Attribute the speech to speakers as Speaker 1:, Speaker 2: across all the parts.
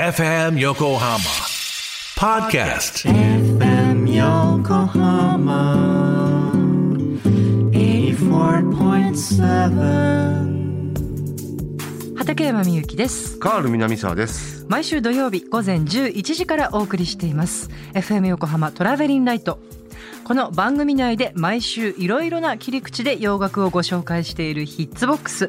Speaker 1: FM Yokohama Podcast.
Speaker 2: FM Yokohama 84.7
Speaker 3: 畠山みゆきです
Speaker 4: カール南沢です。
Speaker 3: 毎週土曜日午前11時からお送りしています FM 横浜トラベリンライトこの番組内で毎週いろいろな切り口で洋楽をご紹介しているヒッツボックス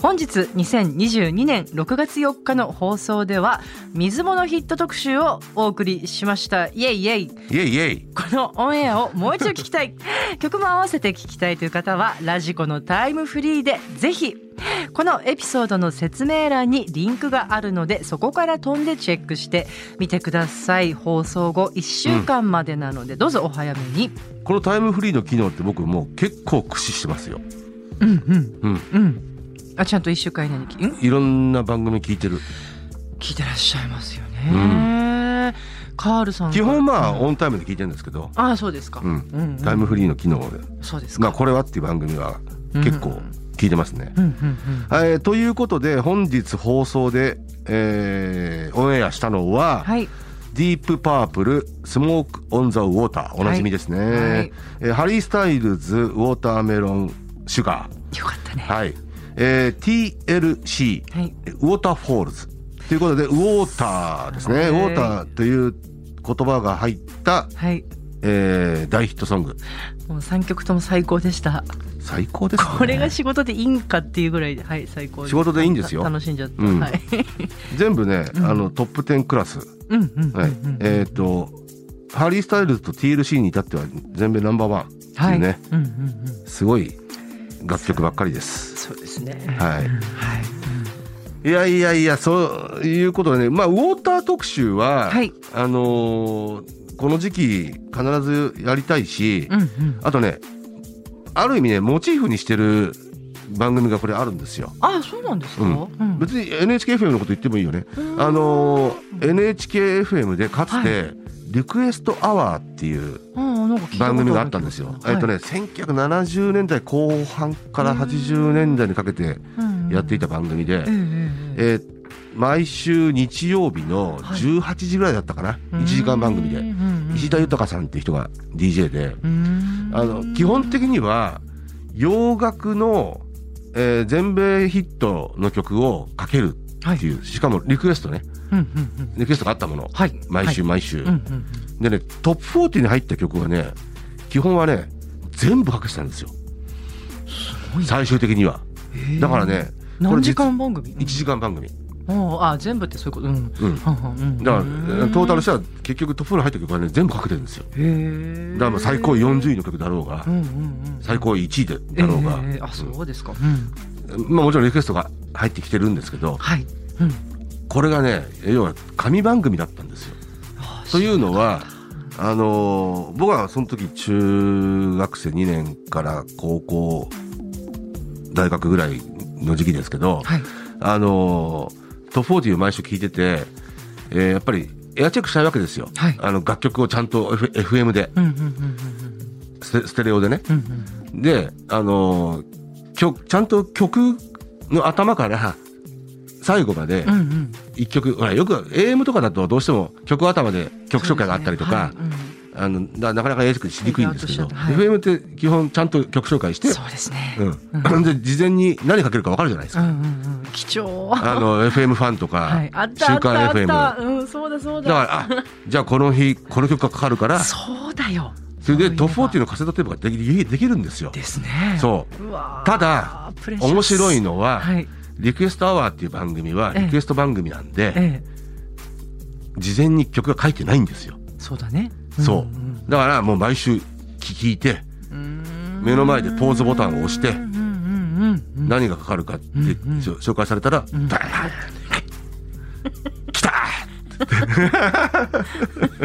Speaker 3: 本日2022年6月4日の放送では水物ヒット特集をお送りしましたイエイイエイ
Speaker 4: イエイイエイ。
Speaker 3: このオンエアをもう一度聞きたい曲も合わせて聞きたいという方はラジコのタイムフリーでぜひこのエピソードの説明欄にリンクがあるのでそこから飛んでチェックしてみてください放送後1週間までなので、どうぞお早めに
Speaker 4: このタイムフリーの機能って僕もう結構駆使してますよ。
Speaker 3: うんうん
Speaker 4: うん。
Speaker 3: うんあちゃんと1週間以内にきん
Speaker 4: いろんな番組聞いてる。
Speaker 3: 聞いてらっしゃいますよね、カールさんが
Speaker 4: 基本まあ
Speaker 3: うん
Speaker 4: オンタイムで聞いてるんですけど、
Speaker 3: ああそうですか、
Speaker 4: うん
Speaker 3: うん
Speaker 4: タイムフリーの機能で、
Speaker 3: そうです
Speaker 4: まあ
Speaker 3: か、
Speaker 4: これはっていう番組は結構聞いてますね。
Speaker 3: うんうんうん、
Speaker 4: えーということで本日放送で、えーオンエアしたのは、
Speaker 3: はい
Speaker 4: ディープパープル、スモーク・オン・ザ・ウォーター、おなじみですね。
Speaker 3: はい
Speaker 4: えーハリー・スタイルズ、ウォーターメロン・シュガー。
Speaker 3: よかったね
Speaker 4: はい。えー TLC、
Speaker 3: はい
Speaker 4: ウォーターフォールズということでウォーターです
Speaker 3: へ
Speaker 4: ね。
Speaker 3: ー
Speaker 4: ウォーターという言葉が入った、
Speaker 3: はい
Speaker 4: えー大ヒットソング。
Speaker 3: もう三曲とも最高でした。
Speaker 4: 最高です、ね。
Speaker 3: これが仕事でいいんかっていうぐらいで、はい、最高す
Speaker 4: 仕事でいいんですよ
Speaker 3: た楽しんじゃった。
Speaker 4: うん
Speaker 3: はい。
Speaker 4: 全部ね、あのトップ10クラス。
Speaker 3: うんうんうんう
Speaker 4: はい。
Speaker 3: ん。
Speaker 4: えっ、とハリースタイルズと TLC に至っては全米ナンバーワンって
Speaker 3: はいいううん
Speaker 4: ね、
Speaker 3: うんうん。
Speaker 4: すごい楽曲ばっかりです。
Speaker 3: そうですね。
Speaker 4: はい。
Speaker 3: はい。
Speaker 4: いやいやいや、そういうことでね、まあ、ウォーター特集は、
Speaker 3: はい
Speaker 4: あのーこの時期必ずやりたいし、
Speaker 3: うんうん。
Speaker 4: あとね、ある意味ね、モチーフにしてる番組がこれあるんですよ。
Speaker 3: あ、そうなんですか。
Speaker 4: うん
Speaker 3: うん
Speaker 4: 別に NHKFM のこと言ってもいいよね。あのー NHKFM でかつて、リクエストアワーっていう
Speaker 3: うんなんか聞いたことる
Speaker 4: 番組があったんですよ。えっとね、。1970年代後半から80年代にかけてやってい
Speaker 3: た。
Speaker 4: た番組
Speaker 3: え
Speaker 4: で、
Speaker 3: えええええ
Speaker 4: えー毎週日曜日の
Speaker 3: はい
Speaker 4: 18時ぐらいだったかな、1時間番組
Speaker 3: う
Speaker 4: で
Speaker 3: んうんうん
Speaker 4: 石田豊さんって人が DJ で、
Speaker 3: うん
Speaker 4: あの基本的には洋楽の、えー全米ヒットの曲をかけるっていう、しかもリクエストね
Speaker 3: うんうんうん。
Speaker 4: リクエストがあったもの、
Speaker 3: はい。
Speaker 4: 毎週
Speaker 3: はい。
Speaker 4: 毎週、
Speaker 3: うんうんうん。
Speaker 4: でねトップ40に入った曲はね基本はね全部かけてたんですよ
Speaker 3: ごい
Speaker 4: 最終的には
Speaker 3: ええ
Speaker 4: だから。ねこ
Speaker 3: 何
Speaker 4: れ
Speaker 3: 時
Speaker 4: 実
Speaker 3: 間番組。
Speaker 4: 1時間番組、
Speaker 3: 間。ああ、全部ってそういうこと。うん。
Speaker 4: うん、だか
Speaker 3: うん
Speaker 4: ら
Speaker 3: うん
Speaker 4: トータルしたら結局トップ4に入った曲はね全部かけてるんですよ
Speaker 3: へえ
Speaker 4: だからもう最高位40位の曲だろうが
Speaker 3: うんうんうん
Speaker 4: 最高位1位でだろうが、
Speaker 3: えーあそうですか、うん、
Speaker 4: まあ、もちろんリクエストが入ってきてるんですけど
Speaker 3: はい、うん、
Speaker 4: これがね要は神番組だったんですよ。
Speaker 3: あー
Speaker 4: というのはあのー僕はその時中学生2年から高校大学ぐらいの時期ですけど、
Speaker 3: はい
Speaker 4: あのートップ40を毎週聞いてて、えーやっぱりエアチェックしたいわけですよ、
Speaker 3: はい
Speaker 4: あの楽曲をちゃんと、F、FM で
Speaker 3: うんうんうん
Speaker 4: ステステレオでね。
Speaker 3: うんうん
Speaker 4: で、あのー曲、ちゃんと曲の頭から最後まで
Speaker 3: うんうんうん
Speaker 4: 一曲、ほら、よく AM とかだとどうしても曲頭で曲紹介があったりとか、
Speaker 3: そうですね
Speaker 4: あのななかなかやりしにくいんですけど、
Speaker 3: レイアウトしちゃってはい
Speaker 4: FM って基本ちゃんと曲紹介して
Speaker 3: はい、そうですね
Speaker 4: うん、で事前に何かけるか分かるじゃないです
Speaker 3: う
Speaker 4: か。
Speaker 3: んうんうん貴重
Speaker 4: あの FM ファンとか、
Speaker 3: はいあったあっ
Speaker 4: 週
Speaker 3: た
Speaker 4: 刊
Speaker 3: あ
Speaker 4: FM
Speaker 3: っ
Speaker 4: だ
Speaker 3: た
Speaker 4: か
Speaker 3: うんそうだそうだ
Speaker 4: らあじゃあこの日この曲がかかるからそ
Speaker 3: そうだよ
Speaker 4: れでトップ
Speaker 3: そういえば
Speaker 4: 40のカセットテープができできるんですよ。
Speaker 3: ですね
Speaker 4: そう
Speaker 3: うわー
Speaker 4: ただ
Speaker 3: プレ
Speaker 4: う
Speaker 3: シャス
Speaker 4: 面白いのは、
Speaker 3: はい
Speaker 4: リクエストアワーっていう番組は
Speaker 3: ええ
Speaker 4: リクエスト番組なんで、
Speaker 3: ええ
Speaker 4: 事前に曲が書いてないんですよ、
Speaker 3: そうだね
Speaker 4: そ
Speaker 3: んん
Speaker 4: うだからもう毎週聞いて
Speaker 3: うん
Speaker 4: 目の前でポーズボタンを押して
Speaker 3: うんうんうんうん
Speaker 4: 何がかかるかって
Speaker 3: うんうん
Speaker 4: しょ紹介されたら「
Speaker 3: ん
Speaker 4: バーン来た!」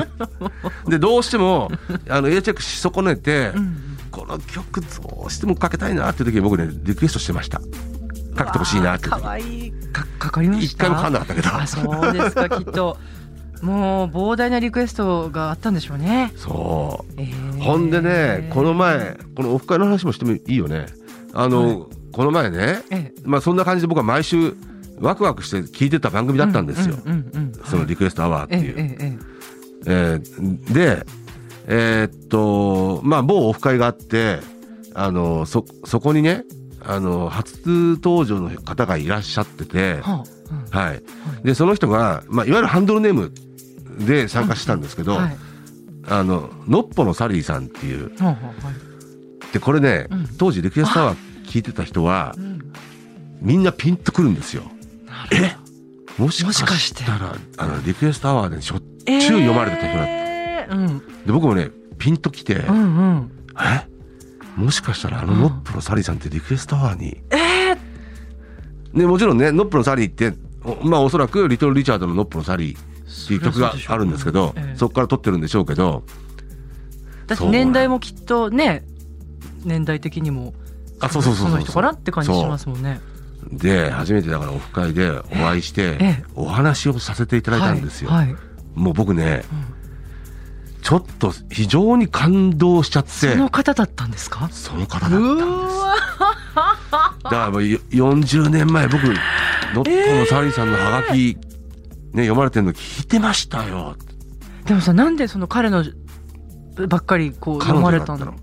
Speaker 4: でどうしてもあの A チェックし損ねて、
Speaker 3: ん
Speaker 4: この曲どうしてもかけたいなっていう時に僕ねリクエストしてましたかけてほしいなっていう
Speaker 3: か
Speaker 4: 時
Speaker 3: わいいかかかりました
Speaker 4: 一回もかかんなかったけど
Speaker 3: あそうです かきっともう膨大なリクエストがあったんでしょうね、
Speaker 4: そう
Speaker 3: えー
Speaker 4: ほんでね、この前、このオフ会の話もしてもいいよね。あの、この前ね、
Speaker 3: ええ
Speaker 4: まあそんな感じで僕は毎週ワクワクして聞いてた番組だったんですよ。
Speaker 3: うんうんうん
Speaker 4: そのリクエストアワーって
Speaker 3: ええ
Speaker 4: いう。
Speaker 3: えええ
Speaker 4: えーで、えーっと、まあ、某オフ会があって、あの、そ、そこにね、あの、初登場の方がいらっしゃってて
Speaker 3: え、はあうん
Speaker 4: はい。で、その人が、まあ、いわゆるハンドルネームで参加したんですけど、
Speaker 3: はい
Speaker 4: あの、のっぽのサリーさんっていう、
Speaker 3: はあはあはい
Speaker 4: で、これね、
Speaker 3: うん
Speaker 4: 当時リクエストアワー聞いてた人は
Speaker 3: う、ん
Speaker 4: みんなピンとくるんですよ。
Speaker 3: なるほど
Speaker 4: もしか
Speaker 3: もしかし
Speaker 4: してたら、あの、リクエストアワーでしょっちゅう読まれてた人だった。
Speaker 3: えーうん
Speaker 4: で、僕もね、ピンときて、
Speaker 3: うんうん
Speaker 4: えもしかしたらあの
Speaker 3: うん
Speaker 4: ノップのサリーさんってリクエストアワーに、
Speaker 3: えー
Speaker 4: ね、もちろんねノップのサリーっておまあおそらく「リトル・リチャード」の「ノップのサリー」っていう曲があるんですけ
Speaker 3: そ
Speaker 4: ど
Speaker 3: りゃそうでしょうねええ
Speaker 4: そこから撮ってるんでしょうけど
Speaker 3: だって
Speaker 4: そうなん
Speaker 3: 年代もきっとね年代的にも
Speaker 4: あそうそうそう
Speaker 3: の
Speaker 4: そう
Speaker 3: 人かなって感じしますもんね
Speaker 4: で初めてだからオフ会でお会いして
Speaker 3: ええ
Speaker 4: お話をさせていただいたんですよ、
Speaker 3: はいはい
Speaker 4: もう僕ね、ちょっと非常に感動しちゃって
Speaker 3: その方だったんですか
Speaker 4: その方だった
Speaker 3: うん
Speaker 4: です
Speaker 3: わ
Speaker 4: だからもうよ40年前僕ノッポのサリーさんのハガキ、ね、読まれてるの聞いてましたよ
Speaker 3: でもさなんでその彼のばっかりこう読まれたんだろう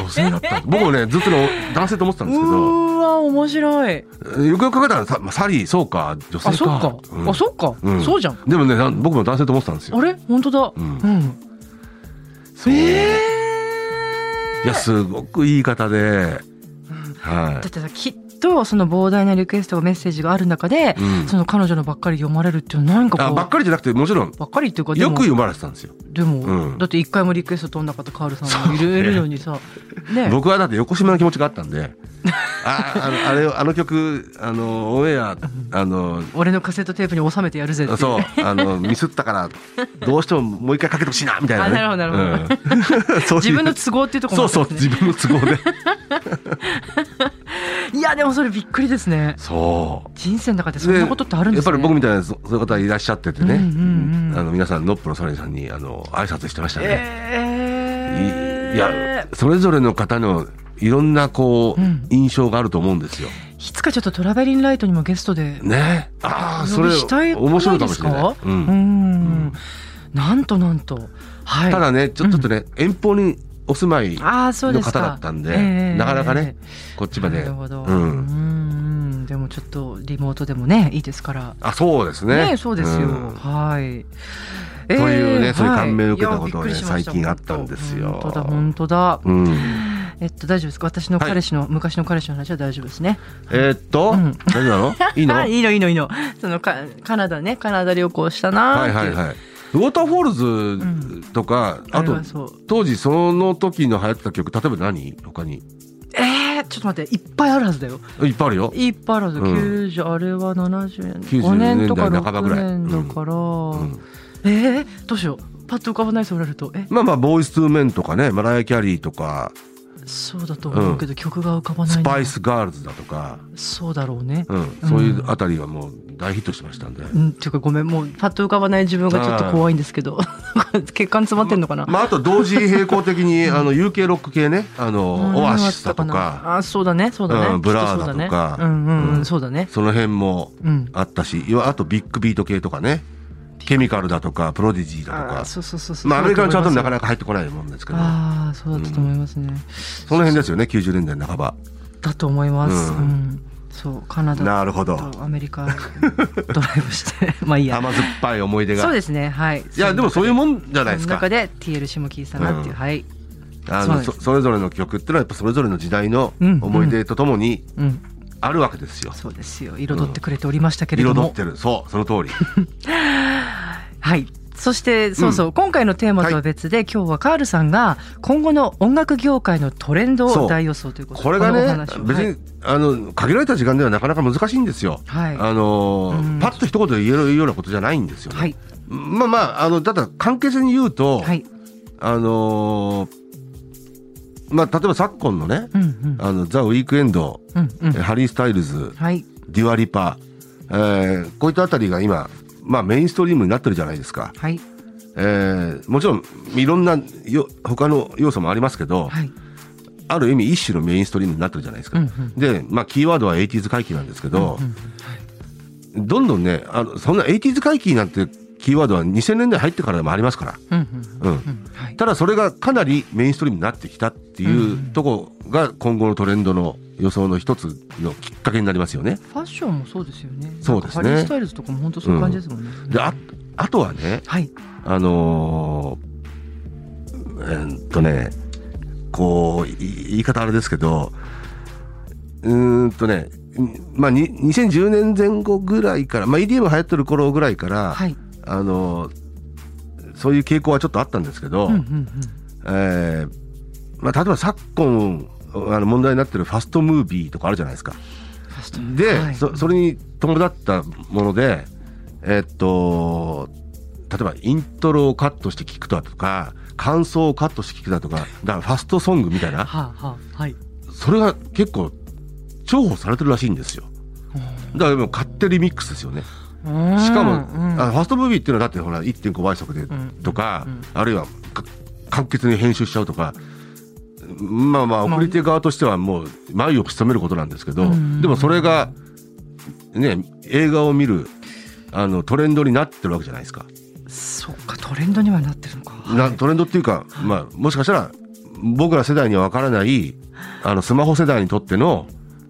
Speaker 4: 女性だったの僕もねずっとね男性と思ってたんですけど
Speaker 3: うーわ面白い
Speaker 4: よくよく考えたらさまあサリーそうか女性か
Speaker 3: あそっか、
Speaker 4: うん
Speaker 3: あそっか、
Speaker 4: うん
Speaker 3: そうじゃん
Speaker 4: でもねなん僕も男性と思ってたんですよ
Speaker 3: あれ本当だう
Speaker 4: うんん、
Speaker 3: え
Speaker 4: そういやすごくいい方で、は
Speaker 3: だってさきっとその膨大なリクエストメッセージがある中で
Speaker 4: い、、うん
Speaker 3: その彼女のばっかり読まれるっていうのはなんか
Speaker 4: あ
Speaker 3: こう
Speaker 4: ばっかりじゃなくてもちろん
Speaker 3: ばっかりっていうかで
Speaker 4: よく
Speaker 3: も
Speaker 4: 読まれてたんですよ、
Speaker 3: でも、
Speaker 4: うん
Speaker 3: だって一回もリクエスト飛んなかったカールさんがいるのに さね
Speaker 4: 僕はだって横島の気持ちがあった んでああのあれをあの曲あのオンエアあの
Speaker 3: 俺のカセットテープに収めてやるぜって
Speaker 4: そうあのミスったからどうしてももう一回かけてほしいなみたいな、ね、
Speaker 3: あなるほどな
Speaker 4: る ほど、うんそういう
Speaker 3: 自分の都合っていうところも
Speaker 4: そうそ
Speaker 3: あ
Speaker 4: う
Speaker 3: ったんです
Speaker 4: 自分の都合 で
Speaker 3: ねいやでもそれびっくりですね
Speaker 4: そ
Speaker 3: 人生の中で
Speaker 4: う
Speaker 3: そんなことってあるんですね
Speaker 4: やっぱり僕みたいなそそういう方がいらっしゃっててね、
Speaker 3: うんうんうん
Speaker 4: あの皆さんノップのソレンさんにあの挨拶してましたね、
Speaker 3: えー、
Speaker 4: いいやそれぞれの方のいろんなこう、
Speaker 3: うん
Speaker 4: 印象があると思うんですよ
Speaker 3: いつかちょっとトラベリンライトにもゲストで
Speaker 4: ねああそ
Speaker 3: お
Speaker 4: れ
Speaker 3: 呼びしたい
Speaker 4: 面白いかもしれ
Speaker 3: な
Speaker 4: ないい、
Speaker 3: です
Speaker 4: う
Speaker 3: うんん、なんとなんとはい
Speaker 4: ただねちょちょっとね、遠方にお住まい
Speaker 3: ああそうですか
Speaker 4: の方だったんで
Speaker 3: ええ
Speaker 4: なかなかねこっちまで、
Speaker 3: なるほど、う、
Speaker 4: うん
Speaker 3: うん
Speaker 4: ん、
Speaker 3: うんでもちょっとリモートでもねいいですから
Speaker 4: あそうですね
Speaker 3: ねそうですよ、
Speaker 4: ん
Speaker 3: はいと
Speaker 4: というねそういう感銘を受けたことをね最近あったんですよ
Speaker 3: 本当だ本当だ
Speaker 4: うん
Speaker 3: えっと大丈夫ですか私の彼氏の、昔の彼氏の話は大丈夫ですね
Speaker 4: えーっと、
Speaker 3: うん
Speaker 4: 大丈夫な のいいの
Speaker 3: あいいのいいのいいのそのかカナダねカナダ旅行したなー
Speaker 4: は
Speaker 3: っ
Speaker 4: い
Speaker 3: て
Speaker 4: はいいうはい。ウォーターフォールズとか、あ
Speaker 3: れ
Speaker 4: と
Speaker 3: はそう
Speaker 4: 当時その時の流行ってた曲、例えば何他に。
Speaker 3: えー、ちょっと待っていっぱいあるはずだよ
Speaker 4: いっぱいあるよ。
Speaker 3: いっぱいあるはず、
Speaker 4: うん
Speaker 3: 90あれは75
Speaker 4: 90
Speaker 3: 年とか
Speaker 4: 年代半ばぐ
Speaker 3: 6
Speaker 4: らい
Speaker 3: 年だから、
Speaker 4: うん
Speaker 3: えー、どうしようパッと浮かばないそう言われるとえ
Speaker 4: まあまあ、ボーイス・トゥー・メンとかね、マライア・キャリーとか、
Speaker 3: そうだと思うけど、曲が浮かばない
Speaker 4: ス
Speaker 3: な
Speaker 4: パイス・ガールズだとか、
Speaker 3: そうだろうね、
Speaker 4: うん、そういうあたりはもう大ヒットしてましたんで。
Speaker 3: うん、ていうかごめんもうパッと浮かばない自分がちょっと怖いんですけど 血管詰まってんのかな、
Speaker 4: まあ、あと同時並行的 に、あの、UK ロック系ね、あの、
Speaker 3: うん
Speaker 4: オアシスだと
Speaker 3: 何があった
Speaker 4: か、
Speaker 3: なあそうだねそうだね、
Speaker 4: うんブラー
Speaker 3: きっ
Speaker 4: だとか
Speaker 3: そうだねうんうん、う、
Speaker 4: うんん
Speaker 3: そうだね
Speaker 4: その辺も
Speaker 3: うん
Speaker 4: あったし、いわあとビッグビート系とかね、ケミカルだとか、プロディジーだと
Speaker 3: あー
Speaker 4: か、
Speaker 3: そうそうそうそう
Speaker 4: まあ、アメリカのチャートになか
Speaker 3: なか
Speaker 4: なか入ってこないもんですけど、
Speaker 3: ああそうだったと思いますね、
Speaker 4: その辺ですよね、90年代半ば。
Speaker 3: だと思います、う
Speaker 4: うんん
Speaker 3: そうカナダ
Speaker 4: なるほど。
Speaker 3: とアメリカドライブして まあいいや
Speaker 4: 甘酸っぱい思い出
Speaker 3: そう
Speaker 4: が。い
Speaker 3: ですねはいい
Speaker 4: や、でもそういう
Speaker 3: もん
Speaker 4: もんじゃないです
Speaker 3: その
Speaker 4: か
Speaker 3: 中。で TL シムキーさんがっていう、
Speaker 4: うん
Speaker 3: はい
Speaker 4: あ
Speaker 3: そう
Speaker 4: の
Speaker 3: です
Speaker 4: そそれぞれの曲ってのはやっぱそれぞれの時代の
Speaker 3: うん
Speaker 4: 思い出とともに
Speaker 3: うん
Speaker 4: あるわけですよ。
Speaker 3: そうですよ彩ってくれておりましたけれど
Speaker 4: 彩
Speaker 3: も
Speaker 4: ってる。そう、そ の通り。
Speaker 3: はいそしてそうそう、今回のテーマとは別で、今日はカールさんが今後の音楽業界のトレンド
Speaker 4: そ
Speaker 3: を
Speaker 4: う
Speaker 3: 大予想ということで
Speaker 4: これが
Speaker 3: のお
Speaker 4: ね
Speaker 3: 話を、
Speaker 4: 別に、あの、限られた時間ではなかなか難しいんですよ。
Speaker 3: はいはい
Speaker 4: あのー
Speaker 3: うん
Speaker 4: パッと一言で言えるようなことじゃないんですよね。
Speaker 3: はい
Speaker 4: まあまあ、あの、ただ関係性に言うと、
Speaker 3: はい
Speaker 4: あのーまあ、例えば昨今のね、
Speaker 3: うんうん
Speaker 4: あの、ザ・ウィークエンド、
Speaker 3: うんうん
Speaker 4: ハリー・スタイルズ、
Speaker 3: はい
Speaker 4: デュアリパ、えーこういったあたりが今、まあ、メインストリームになってるじゃないですか、
Speaker 3: はい
Speaker 4: えーもちろんいろんなよ他の要素もありますけど、
Speaker 3: はい
Speaker 4: ある意味一種のメインストリームになってるじゃないですか、
Speaker 3: うんうん
Speaker 4: で、まあ、キーワードは 80s 回帰なんですけど、
Speaker 3: うん
Speaker 4: どんどんねあのそんな 80s 回帰なんてキーワードは2000年代入ってからでもありますから
Speaker 3: うんうんう
Speaker 4: うん
Speaker 3: んはい
Speaker 4: ただそれがかなりメインストリームになってきたっていうとこが今後のトレンドの予想の一つのきっかけになりますよね。
Speaker 3: ファッションもそうですよね。
Speaker 4: そうです
Speaker 3: なんかハ
Speaker 4: ね
Speaker 3: リー・スタイルズとかも本当そういう感じですもんね。
Speaker 4: でああとはね
Speaker 3: はい。
Speaker 4: あのーえーっとねこうい言い方あれですけどうーんとね、んまあ、に2010年前後ぐらいから、まあ、EDM 流行ってる頃ぐらいから、
Speaker 3: はい。
Speaker 4: あのーそういう傾向はちょっとあったんですけど、
Speaker 3: うんうんうん。
Speaker 4: えーまあ、例えば昨今あの問題になってるファストムービーとかあるじゃないですか。
Speaker 3: ファスト
Speaker 4: で、
Speaker 3: はい
Speaker 4: そそれに伴ったもので、えっと、例えばイントロをカットして聞くだとか、感想をカットして聞くだとか、だからファストソングみたい
Speaker 3: は
Speaker 4: な、
Speaker 3: あ、はあ、はい。
Speaker 4: それが結構重宝されてるらしいんですよ。だからもう勝手リミックスですよね。しかも、
Speaker 3: うん
Speaker 4: あのファストムービーっていうのはだってほら1.5倍速で
Speaker 3: ん
Speaker 4: とか、
Speaker 3: うん
Speaker 4: あるいはか簡潔に編集しちゃうとか。まあまあ
Speaker 3: まあ
Speaker 4: 送り手側としてはもう眉を潜めることなんですけど、
Speaker 3: うん
Speaker 4: でもそれがね映画を見るあのトレンドになってるわけじゃないですか、
Speaker 3: そうか、トレンドにはなってるのか。
Speaker 4: なトレンドっていうか、まあ、もしかしたら僕ら世代にはわからないあのスマホ世代にとっての、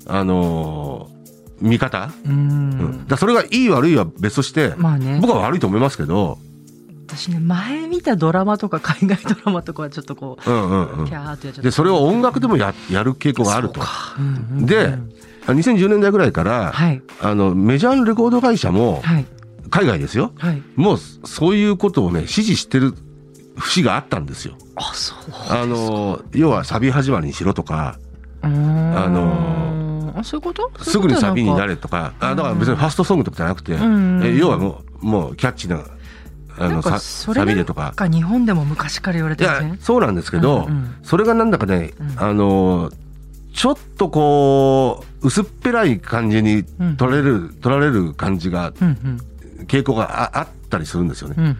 Speaker 4: あのー見方、
Speaker 3: う
Speaker 4: うんん、だ。からそれがいい悪いは別として、
Speaker 3: まあね。
Speaker 4: 僕は悪いと思いますけど、
Speaker 3: 私ね、前見たドラマとか海外ドラマとかはちょっとこう、
Speaker 4: うんうんうん
Speaker 3: キャーってやっちゃった
Speaker 4: でそれを音楽でもややる傾向があると
Speaker 3: そう。かうんうんうん
Speaker 4: で2010年代ぐらいから、
Speaker 3: はい。
Speaker 4: あのメジャーのレコード会社も
Speaker 3: はい。
Speaker 4: 海外ですよ
Speaker 3: はい。
Speaker 4: もうそういうことをね支持してる節があったんですよ。
Speaker 3: あ、そう。
Speaker 4: あの要はサビ始まりにしろとか
Speaker 3: うーん
Speaker 4: あの
Speaker 3: あ、そういうこと
Speaker 4: すぐにサビにな
Speaker 3: る。
Speaker 4: れとかあだから別にファーストソングとかじゃなくて、
Speaker 3: んうん
Speaker 4: え要はもうもうキャッチーなあ
Speaker 3: なん
Speaker 4: の
Speaker 3: か
Speaker 4: サ
Speaker 3: それ
Speaker 4: サビでとか
Speaker 3: なんか日本でも昔から言われ
Speaker 4: い
Speaker 3: てませ
Speaker 4: や
Speaker 3: ん
Speaker 4: そうなんですけど、
Speaker 3: うんうん
Speaker 4: それがなんだかね、
Speaker 3: うん
Speaker 4: あのちょっとこう薄っぺらい感じに
Speaker 3: うん
Speaker 4: 取れる、取られる感じが
Speaker 3: うんうん
Speaker 4: 傾向がああったりするんですよね。
Speaker 3: うんうん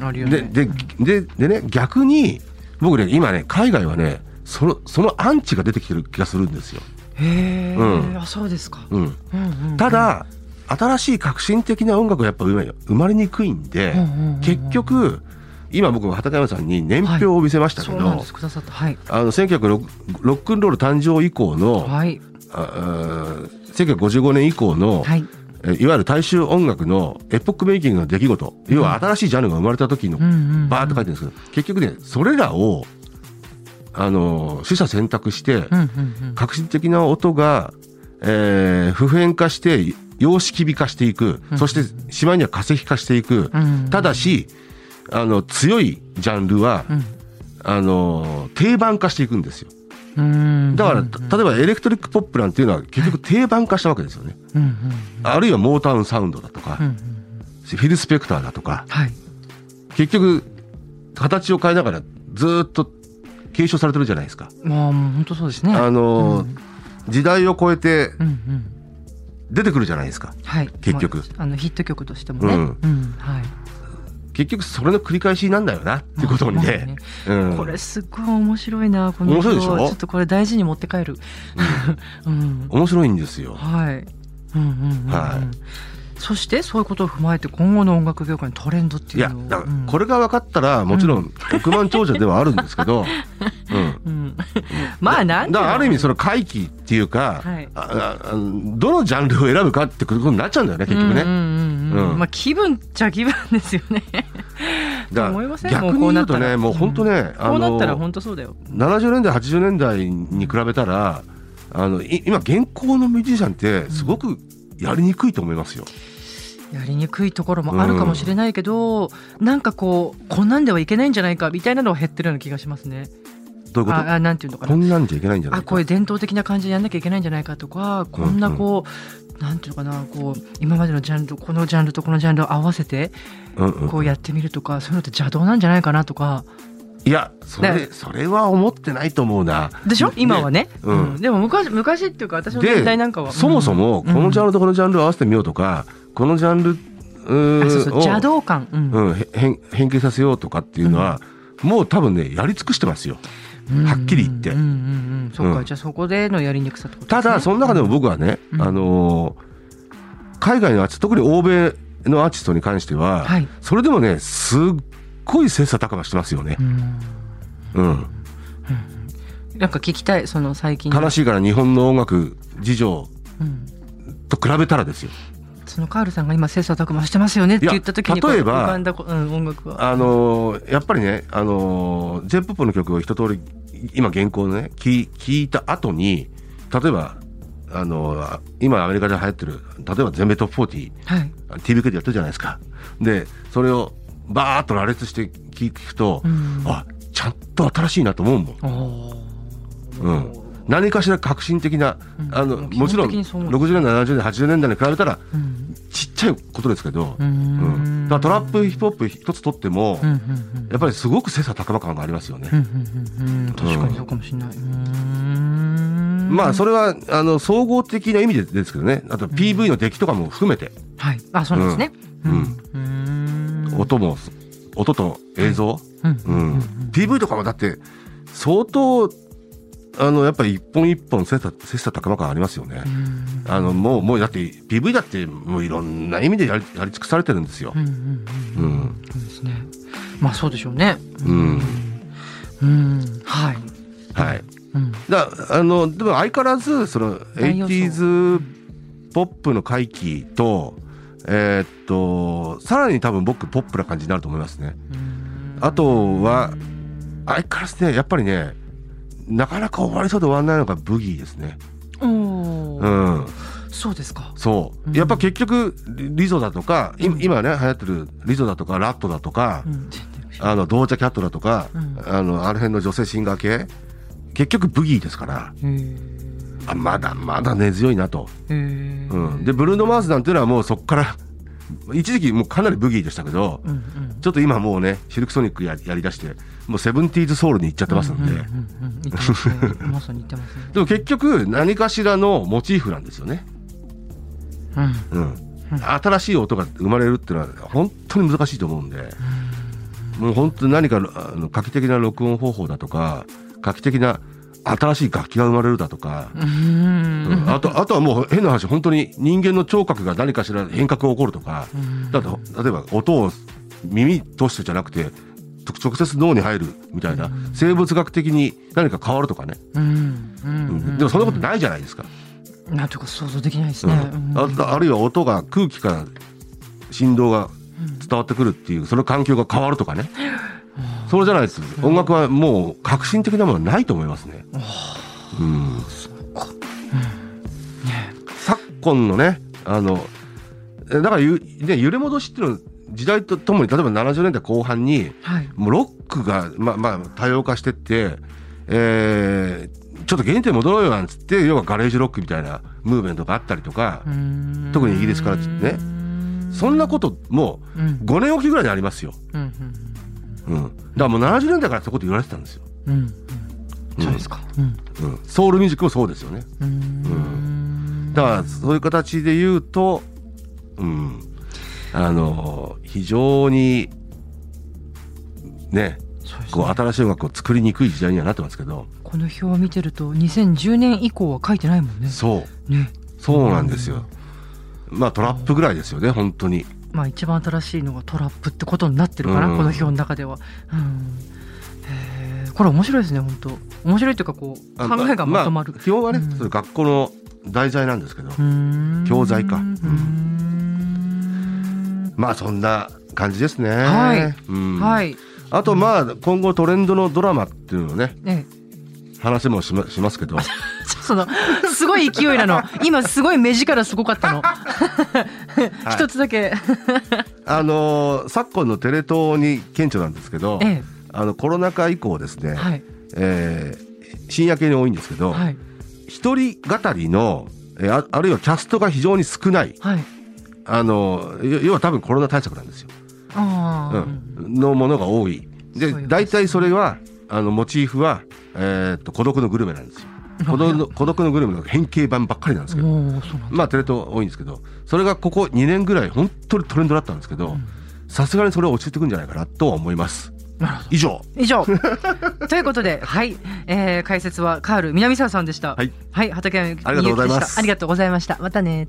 Speaker 3: うんあるよね
Speaker 4: ででででね逆に僕ね今ね海外はねそのそのアンチが出てきてる気がするんですよ。
Speaker 3: へえ、
Speaker 4: うん
Speaker 3: あそうですか、
Speaker 4: うん、
Speaker 3: うんうんうん
Speaker 4: ただ、新しい革新的な音楽はやっぱ生まれ生まれにくいんで、
Speaker 3: うんうんうんうん
Speaker 4: 結局今僕は畠山さんに年表を見せましたけ
Speaker 3: そ
Speaker 4: ど、
Speaker 3: うなんですくださったはい
Speaker 4: あの1906ロックンロール誕生以降の、
Speaker 3: はい
Speaker 4: ああー1955年以降の、
Speaker 3: はい
Speaker 4: えいわゆる大衆音楽のエポックメイキングの出来事、要は新しいジャンルが生まれた時の、
Speaker 3: うんうんうん
Speaker 4: バーって書いてるんですけど結局ねそれらをあの取捨選択して、
Speaker 3: うんうんうん
Speaker 4: 革新的な音が、えー普遍化して様式美化していく、そしてしまいには化石化していく、
Speaker 3: うん
Speaker 4: ただしあの強いジャンルは、
Speaker 3: うん
Speaker 4: あの定番化していくんですよ
Speaker 3: うん
Speaker 4: だから、例えばエレクトリック・ポップなんていうのは結局定番化したわけですよね、
Speaker 3: うんうん
Speaker 4: あるいはモータウンサウンドだとか、
Speaker 3: うんうん
Speaker 4: フィル・スペクターだとか
Speaker 3: はい
Speaker 4: 結局形を変えながらずーっと継承されてるじゃないですか。
Speaker 3: まあもう本当そうですね
Speaker 4: あの時代を超えて
Speaker 3: うんうん
Speaker 4: 出てくるじゃないですか
Speaker 3: はい
Speaker 4: 結局
Speaker 3: まあ、あのヒット曲としてもね、
Speaker 4: う
Speaker 3: うんんはい
Speaker 4: 結局それの繰り返しなんだよなっていうことにね,、うん、
Speaker 3: これすっごい面白いなこの
Speaker 4: 面白いでしょ
Speaker 3: 表ちょっとこれ大事に持って帰る、 うん、
Speaker 4: 面白いんですよ。
Speaker 3: はい。うんうんうんうん
Speaker 4: は
Speaker 3: そしてそういうことを踏まえて今後の音楽業界のトレンドって
Speaker 4: い
Speaker 3: いう
Speaker 4: や
Speaker 3: のを
Speaker 4: だから
Speaker 3: うん
Speaker 4: これが分かったらもちろん億万長者ではあるんですけ ど、うん、
Speaker 3: うん、まあなんて
Speaker 4: だからある意味そ
Speaker 3: れ
Speaker 4: の回帰っていうか、
Speaker 3: はい
Speaker 4: あああのどのジャンルを選ぶかってことになっちゃうんだよね結局ね。
Speaker 3: うんうんうんうん
Speaker 4: うん
Speaker 3: まあ気分っちゃ気分ですよ ね
Speaker 4: だ
Speaker 3: 思
Speaker 4: か
Speaker 3: いませ
Speaker 4: ら
Speaker 3: ん
Speaker 4: 逆
Speaker 3: もうこ
Speaker 4: に
Speaker 3: う
Speaker 4: 言
Speaker 3: な
Speaker 4: う
Speaker 3: った
Speaker 4: と
Speaker 3: ら
Speaker 4: ねもう本当ね、あ
Speaker 3: こうなったら
Speaker 4: の
Speaker 3: 本当そうだよ
Speaker 4: 70年代80年代に比べたらあのい今現行のミュージシャンってすごくやりにくいと思いますよ。
Speaker 3: やりにくいところもあるかもしれないけど、なんかこうこんなんではいけないんじゃないかみたいなのは減ってるような気がしますね
Speaker 4: どういうこと
Speaker 3: ああなんていうのかな
Speaker 4: こんなんじゃいけないんじゃない
Speaker 3: あ
Speaker 4: か
Speaker 3: これ伝統的な感じでやんなきゃいけないんじゃないかとかこんなこう、なんていうのかなこう今までのジャンルこのジャンルとこのジャンルを合わせて
Speaker 4: うんうん
Speaker 3: こうやってみるとか、そういうのって邪道なんじゃないかなとか
Speaker 4: いやそれ
Speaker 3: ね
Speaker 4: それは思ってないと思うな。
Speaker 3: でしょ今はね
Speaker 4: うん
Speaker 3: うんでも昔昔っていうか私の
Speaker 4: で
Speaker 3: 年代なんかは
Speaker 4: そもそもこのジャンルとこのジャンルを合わせてみようとか、このジャンルう
Speaker 3: うん
Speaker 4: ー
Speaker 3: あそうそう
Speaker 4: を
Speaker 3: 邪道感、うん
Speaker 4: うん、へ変変形させようとかっていうのは、もう多分ねやり尽くしてますよ。
Speaker 3: うん
Speaker 4: はっきり言って
Speaker 3: うんうんうんそっか、
Speaker 4: うん
Speaker 3: じゃあそこでのやりにくさってこと
Speaker 4: ただその中でも僕はね、
Speaker 3: うん
Speaker 4: あのー海外のアーティスト特に欧米のアーティストに関しては、
Speaker 3: はい
Speaker 4: それでもねすっごい切磋琢磨してますよね。うん
Speaker 3: なんか聞きたいその最近の
Speaker 4: 悲しいから日本の音楽事情
Speaker 3: うん
Speaker 4: と比べたらですよ。
Speaker 3: そのカールさんが今切磋琢磨してますよねって言った時
Speaker 4: い
Speaker 3: に
Speaker 4: や例えば
Speaker 3: 浮かんだこ、うん、音楽は
Speaker 4: あのーやっぱりね、あのー、J-POP の曲を一通り、今原稿のね、聞聞いた後に、例えば、あのー今アメリカで流行ってる、例えば全米トップ40、
Speaker 3: はい、
Speaker 4: TBK でやってるじゃないですか。で、それをバーッと羅列して聞くと、
Speaker 3: うん
Speaker 4: あ、ちゃんと新しいなと思うもん。
Speaker 3: おー
Speaker 4: うん。何かしら革新的な、
Speaker 3: うん
Speaker 4: あの、
Speaker 3: もう
Speaker 4: もちろん、
Speaker 3: 基本的にそう思う
Speaker 4: 60年代、70年代、80年代に比べたら、
Speaker 3: うん
Speaker 4: ちっちゃいことですけど、
Speaker 3: うーん
Speaker 4: うんだからトラップ、ヒップホップ一つ取っても、
Speaker 3: うんうんうん
Speaker 4: やっぱりすごく切磋琢磨感がありますよね
Speaker 3: う。んうんうんうん確かにそうかもしれない、うーん
Speaker 4: まあそれはあの総合的な意味でですけどねあと PV の出来とかも含めて、
Speaker 3: はいあそうなんですね
Speaker 4: うん
Speaker 3: うんうーん
Speaker 4: 音も音と映像、
Speaker 3: うん
Speaker 4: うん PV とかもだって相当あのやっぱり一本一本切磋切磋琢磨感ありますよね。
Speaker 3: うん
Speaker 4: あのもうもうだって PV だってもういろんな意味でやりやり尽くされてるんですよ
Speaker 3: う。んうんうん
Speaker 4: うん
Speaker 3: そうですねまあそうでしょうね
Speaker 4: うん
Speaker 3: うんはい、
Speaker 4: はい、
Speaker 3: うん、
Speaker 4: だあのでも相変わらずその
Speaker 3: 大予想
Speaker 4: 80s ポップの回帰とえーっとさらに多分僕ポップな感じになると思いますね。あとは相変わらずねやっぱりねなかなか終わりそうで終わらないのがブギーですね。
Speaker 3: おお、
Speaker 4: うん、
Speaker 3: そうですか
Speaker 4: そう、
Speaker 3: うん
Speaker 4: やっぱ結局リリゾだとかい今ね流行ってるリゾだとかラットだとか、
Speaker 3: うん
Speaker 4: あのドーチャキャットだとか、
Speaker 3: うん
Speaker 4: あのあの辺の女性シンガー系結局ブギーですから。
Speaker 3: へー
Speaker 4: あまだまだ根強いなと、
Speaker 3: へー
Speaker 4: う
Speaker 3: うん
Speaker 4: ん、でブルーノ・マーズなんていうのはもうそこから一時期もうかなりブギーでしたけど、
Speaker 3: うん
Speaker 4: ちょっと今もうねシルクソニックややりだしてもうセブンティーズソウルに行っちゃってますんで、
Speaker 3: うんうんうんうん似てますねまさに似て ますね。
Speaker 4: でも結局何かしらのモチーフなんですよね、
Speaker 3: うん
Speaker 4: うん新しい音が生まれるっていうのは本当に難しいと思うんで、もう本当に何かあの画期的な録音方法だとか画期的な新しい楽器が生まれるだとか、
Speaker 3: うん
Speaker 4: うんあとあとはもう変な話本当に人間の聴覚が何かしら変革が起こるとか、だと例えば音を耳通してじゃなくてと直接脳に入るみたいな、生物学的に何か変わるとかね、
Speaker 3: うんう
Speaker 4: うんんでもそんなことないじゃないですか、
Speaker 3: なんとか想像できないです
Speaker 4: うん
Speaker 3: ね。うん
Speaker 4: あとあるいは音が空気から振動が伝わってくるっていうその環境が変わるとかね、それじゃないです音楽はもう革新的なものはないと思いますね。うん昨今のねあのえだからゆ、ね、揺れ戻しっていうのは時代とともに例えば70年代後半に
Speaker 3: はい。
Speaker 4: もうロックが、まあまあ、多様化してって、えーちょっと原点戻ろうよなんつって要はガレージロックみたいなムーブメントがあったりとか、
Speaker 3: うん
Speaker 4: 特にイギリスからねそんなことも
Speaker 3: うんうん
Speaker 4: う5年おきぐらいにありますよ、
Speaker 3: うん
Speaker 4: うん、だからもう70年代からそういうこと言われてたんですよ、
Speaker 3: うんうんそうですか。うん
Speaker 4: うん、ソウルミュージックもそうですよね
Speaker 3: うん
Speaker 4: だからそういう形で言うと、うん、あの非常にね
Speaker 3: そうです
Speaker 4: こう
Speaker 3: ね。
Speaker 4: 新しい音楽を作りにくい時代にはなってますけど
Speaker 3: この表を見てると2010年以降は書いてないもんね。
Speaker 4: そう
Speaker 3: ね。
Speaker 4: そうなんですよまあトラップぐらいですよね本当に
Speaker 3: まあ一番新しいのがトラップってことになってるから、
Speaker 4: うん
Speaker 3: この表の中では。うんへーこれ面白いですね本当面白いというかこう
Speaker 4: あ
Speaker 3: 考えがまとまる、
Speaker 4: あ基本はね、
Speaker 3: うん
Speaker 4: それ学校の題材なんですけど、
Speaker 3: うん
Speaker 4: 教材かうん
Speaker 3: うん
Speaker 4: まあそんな感じですね
Speaker 3: はい
Speaker 4: うん
Speaker 3: はい
Speaker 4: あとまあ今後トレンドのドラマっていうのをね
Speaker 3: ね
Speaker 4: 話もしまします けど
Speaker 3: そのすごい勢いなの今すごい目力すごかったの
Speaker 4: い
Speaker 3: 一つだけ
Speaker 4: あのー昨今のテレ東に顕著なんですけど、
Speaker 3: ええ
Speaker 4: あのコロナ禍以降ですね、
Speaker 3: はい
Speaker 4: えー深夜系に多いんですけど、
Speaker 3: はい
Speaker 4: 一人語りの、えーああるいはキャストが非常に少ない
Speaker 3: はい
Speaker 4: あのよ要は多分コロナ対策なんですよ、
Speaker 3: あ
Speaker 4: う
Speaker 3: あ、
Speaker 4: ん、のものが多い
Speaker 3: そうい
Speaker 4: で
Speaker 3: うこと
Speaker 4: 大体それはあのモチーフは、えーっと孤独のグルメなんです よ孤独の孤独のグルメの変形版ばっかりなんですけど、
Speaker 3: おおそうなんだ
Speaker 4: まあテレ東多いんですけどそれがここ2年ぐらい本当にトレンドだったんですけどさすがにそれは落ちてくんじゃないかなとは思います
Speaker 3: なるほど
Speaker 4: 以上
Speaker 3: 以 上ということで、はい、えー、解説はカール南沢さんでした。
Speaker 4: はい、
Speaker 3: 畠山みゆきでした
Speaker 4: ありがとうございます
Speaker 3: ありがとうございました。またね。